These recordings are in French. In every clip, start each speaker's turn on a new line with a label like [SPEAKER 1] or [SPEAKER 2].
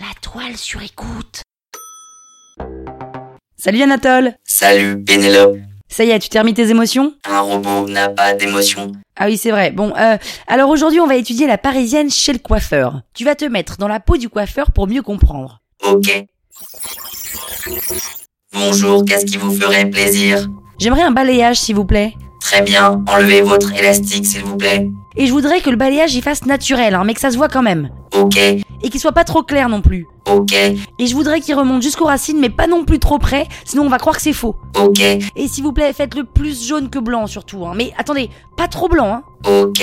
[SPEAKER 1] La toile sur écoute. Salut Anatole
[SPEAKER 2] Salut Pénélope,
[SPEAKER 1] Ça y est, tu t'es remis tes émotions
[SPEAKER 2] un robot n'a pas d'émotion.
[SPEAKER 1] Ah oui, c'est vrai. Bon, euh, alors aujourd'hui, on va étudier la parisienne chez le coiffeur. Tu vas te mettre dans la peau du coiffeur pour mieux comprendre.
[SPEAKER 2] Ok. Bonjour, qu'est-ce qui vous ferait plaisir
[SPEAKER 1] J'aimerais un balayage, s'il vous plaît.
[SPEAKER 2] Très bien, enlevez votre élastique s'il vous plaît.
[SPEAKER 1] Et je voudrais que le balayage y fasse naturel, hein, mais que ça se voit quand même.
[SPEAKER 2] Ok,
[SPEAKER 1] Et qu'il soit pas trop clair non plus.
[SPEAKER 2] ok,
[SPEAKER 1] Et je voudrais qu'il remonte jusqu'aux racines, mais pas non plus trop près, sinon on va croire que c'est faux.
[SPEAKER 2] ok,
[SPEAKER 1] Et s'il vous plaît, faites le plus jaune que blanc surtout. Hein. Mais attendez, pas trop blanc. Hein.
[SPEAKER 2] ok,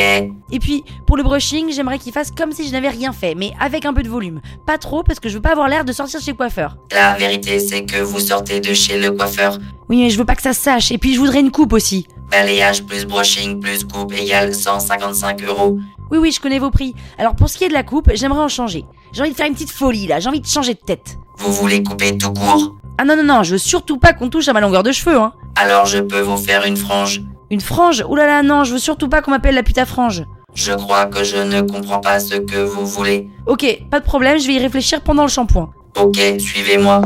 [SPEAKER 1] Et puis, pour le brushing, j'aimerais qu'il fasse comme si je n'avais rien fait, mais avec un peu de volume. Pas trop, parce que je veux pas avoir l'air de sortir chez le coiffeur.
[SPEAKER 2] la vérité c'est que vous sortez de chez le coiffeur.
[SPEAKER 1] Oui, mais je veux pas que ça se sache. Et puis, je voudrais une coupe aussi.
[SPEAKER 2] Balayage plus brushing plus coupe égale 155 euros.
[SPEAKER 1] Oui, oui, je connais vos prix. Alors, pour ce qui est de la coupe, j'aimerais en changer. J'ai envie de faire une petite folie, là. J'ai envie de changer de tête.
[SPEAKER 2] Vous voulez couper tout court
[SPEAKER 1] Ah non, non, non, je veux surtout pas qu'on touche à ma longueur de cheveux, hein.
[SPEAKER 2] Alors je peux vous faire une frange.
[SPEAKER 1] Une frange Ouh là là, non, je veux surtout pas qu'on m'appelle la pute à frange.
[SPEAKER 2] Je crois que je ne comprends pas ce que vous voulez.
[SPEAKER 1] Ok, pas de problème, je vais y réfléchir pendant le shampoing.
[SPEAKER 2] Ok, suivez-moi.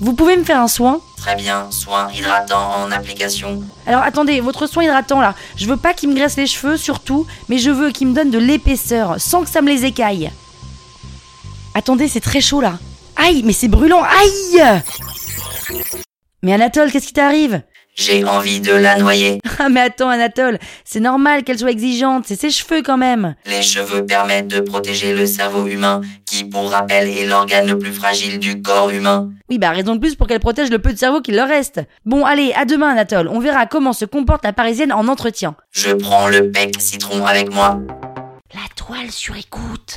[SPEAKER 1] Vous pouvez me faire un soin
[SPEAKER 2] Très bien, soin hydratant en application.
[SPEAKER 1] Alors attendez, votre soin hydratant là, je veux pas qu'il me graisse les cheveux surtout, mais je veux qu'il me donne de l'épaisseur sans que ça me les écaille. Attendez, c'est très chaud là. Aïe, mais c'est brûlant, aïe Mais Anatole, qu'est-ce qui t'arrive
[SPEAKER 2] J'ai envie de la noyer.
[SPEAKER 1] Ah mais attends Anatole, c'est normal qu'elle soit exigeante, c'est ses cheveux quand même.
[SPEAKER 2] Les cheveux permettent de protéger le cerveau humain, qui pour rappel est l'organe le plus fragile du corps humain.
[SPEAKER 1] Oui bah raison de plus pour qu'elle protège le peu de cerveau qu'il leur reste. Bon allez, à demain Anatole, on verra comment se comporte la parisienne en entretien.
[SPEAKER 2] Je prends le pec citron avec moi.
[SPEAKER 1] La toile sur écoute.